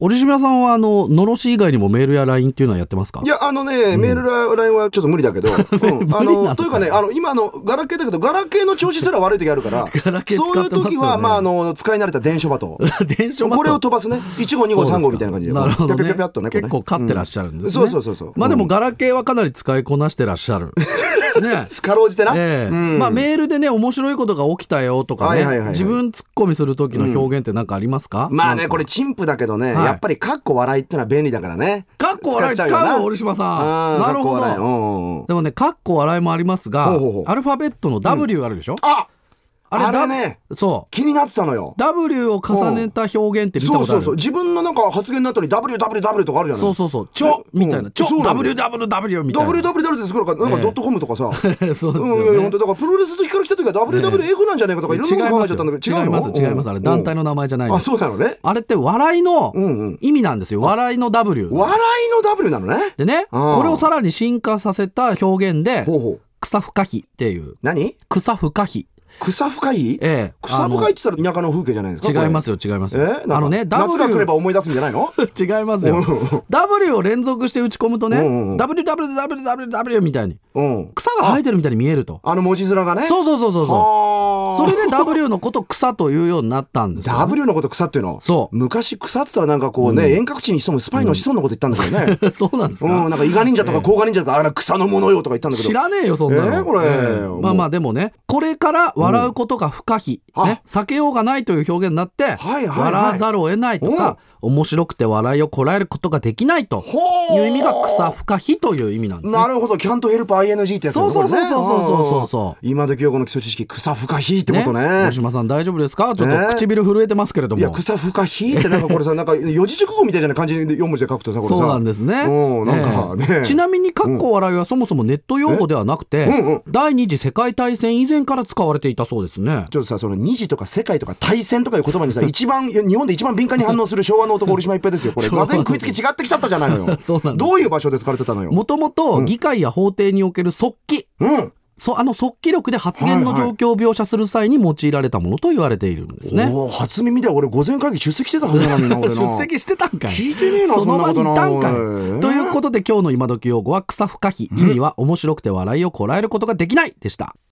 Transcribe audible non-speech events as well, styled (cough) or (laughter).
折島さんはあののろし以外にもメールや LINE っていうのはやってますかいや、あのね、メールや LINE はちょっと無理だけど、うん、あ (laughs) 無理なのかの、というかね、あの、今の、ガラケーだけど、ガラケーの調子すら悪い時あるかガら、ラケー使ってますよねそういう時は、まあ、あの、使い慣れた電書 (laughs) バト。電車これを飛ばすね。1号、2号、3号みたいな感じで。なるほど、ピねャピャピャピャっとね、これね結構勝ってらっしゃるんですね、うんそうそうそうそうまあでもガラケーはかなり使いこなしてらっしゃ (laughs) るねうんかろうじてな。ええうんまあメールでね面白いことが起きたよとかね、はいはいはいはい自分ツッコミする時の表現って何かありますか、まあね、これ、陳腐だけどね、はいやっぱり、カッコ笑いってのは便利だからね。かっこ笑い使うよなの折島さんうんなるほかっこ笑いうんどうんうんでもねかっこ笑いもありますがほうほうほうアルファベットの W あるでしょ、あああれれね、そう気になってたのよ。 W を重ねた表現って見たそこうとあそうるそう。自分のなんか発言の後に WWW とかあるじゃないそうそうそうちょみたいなちょそうなんだよ WWW みたいな WWW って作るから、なんかええドットコムとかさ。 (laughs) そうですよね、うん、いやいや、本当だから、プロレス好きから来た時は WWF なんじゃないかとか、いろんなこと考えちゃったんだけど、違いますの違いますあれ団体の名前じゃないうんであ、すそうなのね。あれって笑いのうんうん。意味なんですよ笑いの W 笑いの W なのね。でねうんこれをさらに進化させた表現でほうほう。草不可避っていう何草不可避草深いええ草深いって言ったら田舎の風景じゃないですか。これ違いますよ違いますえよ、なんかあのね W 夏が来れば思い出すんじゃないの違いますよ W を連続して打ち込むとねうんうんうん WWWW みたいにうん。草が生えてるみたいに見えるとあの文字面がね。うそうそうそうそうそうそそれで W のこと草というようになったんですよ W のこと草っていうのそう昔草って言ったらなんかこうね、遠隔地に潜むスパイの子孫のこと言ったんだけどね。そう (laughs) なんですうか、ん、なんか伊賀忍者とか甲賀忍者とか、あれ草のものよとか言ったんだけど。知らねえよそんなの、えーこれまあまあでもねこれから笑うことが不可避、うんね、避けようがないという表現になって、はいはい笑わざるを得ないとか、面白くて笑いをこらえることができないとほーいう意味が草不可避という意味なんですねなるほど、キャントヘルプ ING ってやつだ。そうそうそうそうそうそうそう今時用語の基礎知識、草深ひってうことね大。島さん大丈夫ですかちょっとね唇震えてますけれどいも、や、草深ひってなんかこれさ、なんか四字熟語みたいじゃない感じで4文字で書くとさ、これさ。そうなんですね。うんなんかねええちなみに、かっこ笑いはそもそもネット用語ではなくて、うんうん第二次世界大戦以前から使われていたそうですね。ちょっとさ、その二次とか世界とか対戦とかいう言葉にさ、一番、いや日本で一番敏感に反応する昭和の男、折島一平ですよ。これ、昭和がの。ぜん食いつき違ってきちゃったじゃないのよそうなんですどういう場所で使われてたのよ。もともと、議会や法廷における速記。うん。そあの速記力で発言の状況を描写する際に用いられたものと言われているんですね。おお初耳だよ。俺、午前会議出席してたはずなのにな、俺 (laughs) な。出席してたんかい聞いてねえなその場そんなにこいとなたんかいおいということで今日の今時用語は草不可避意味は面白くて笑いをこらえることができないでした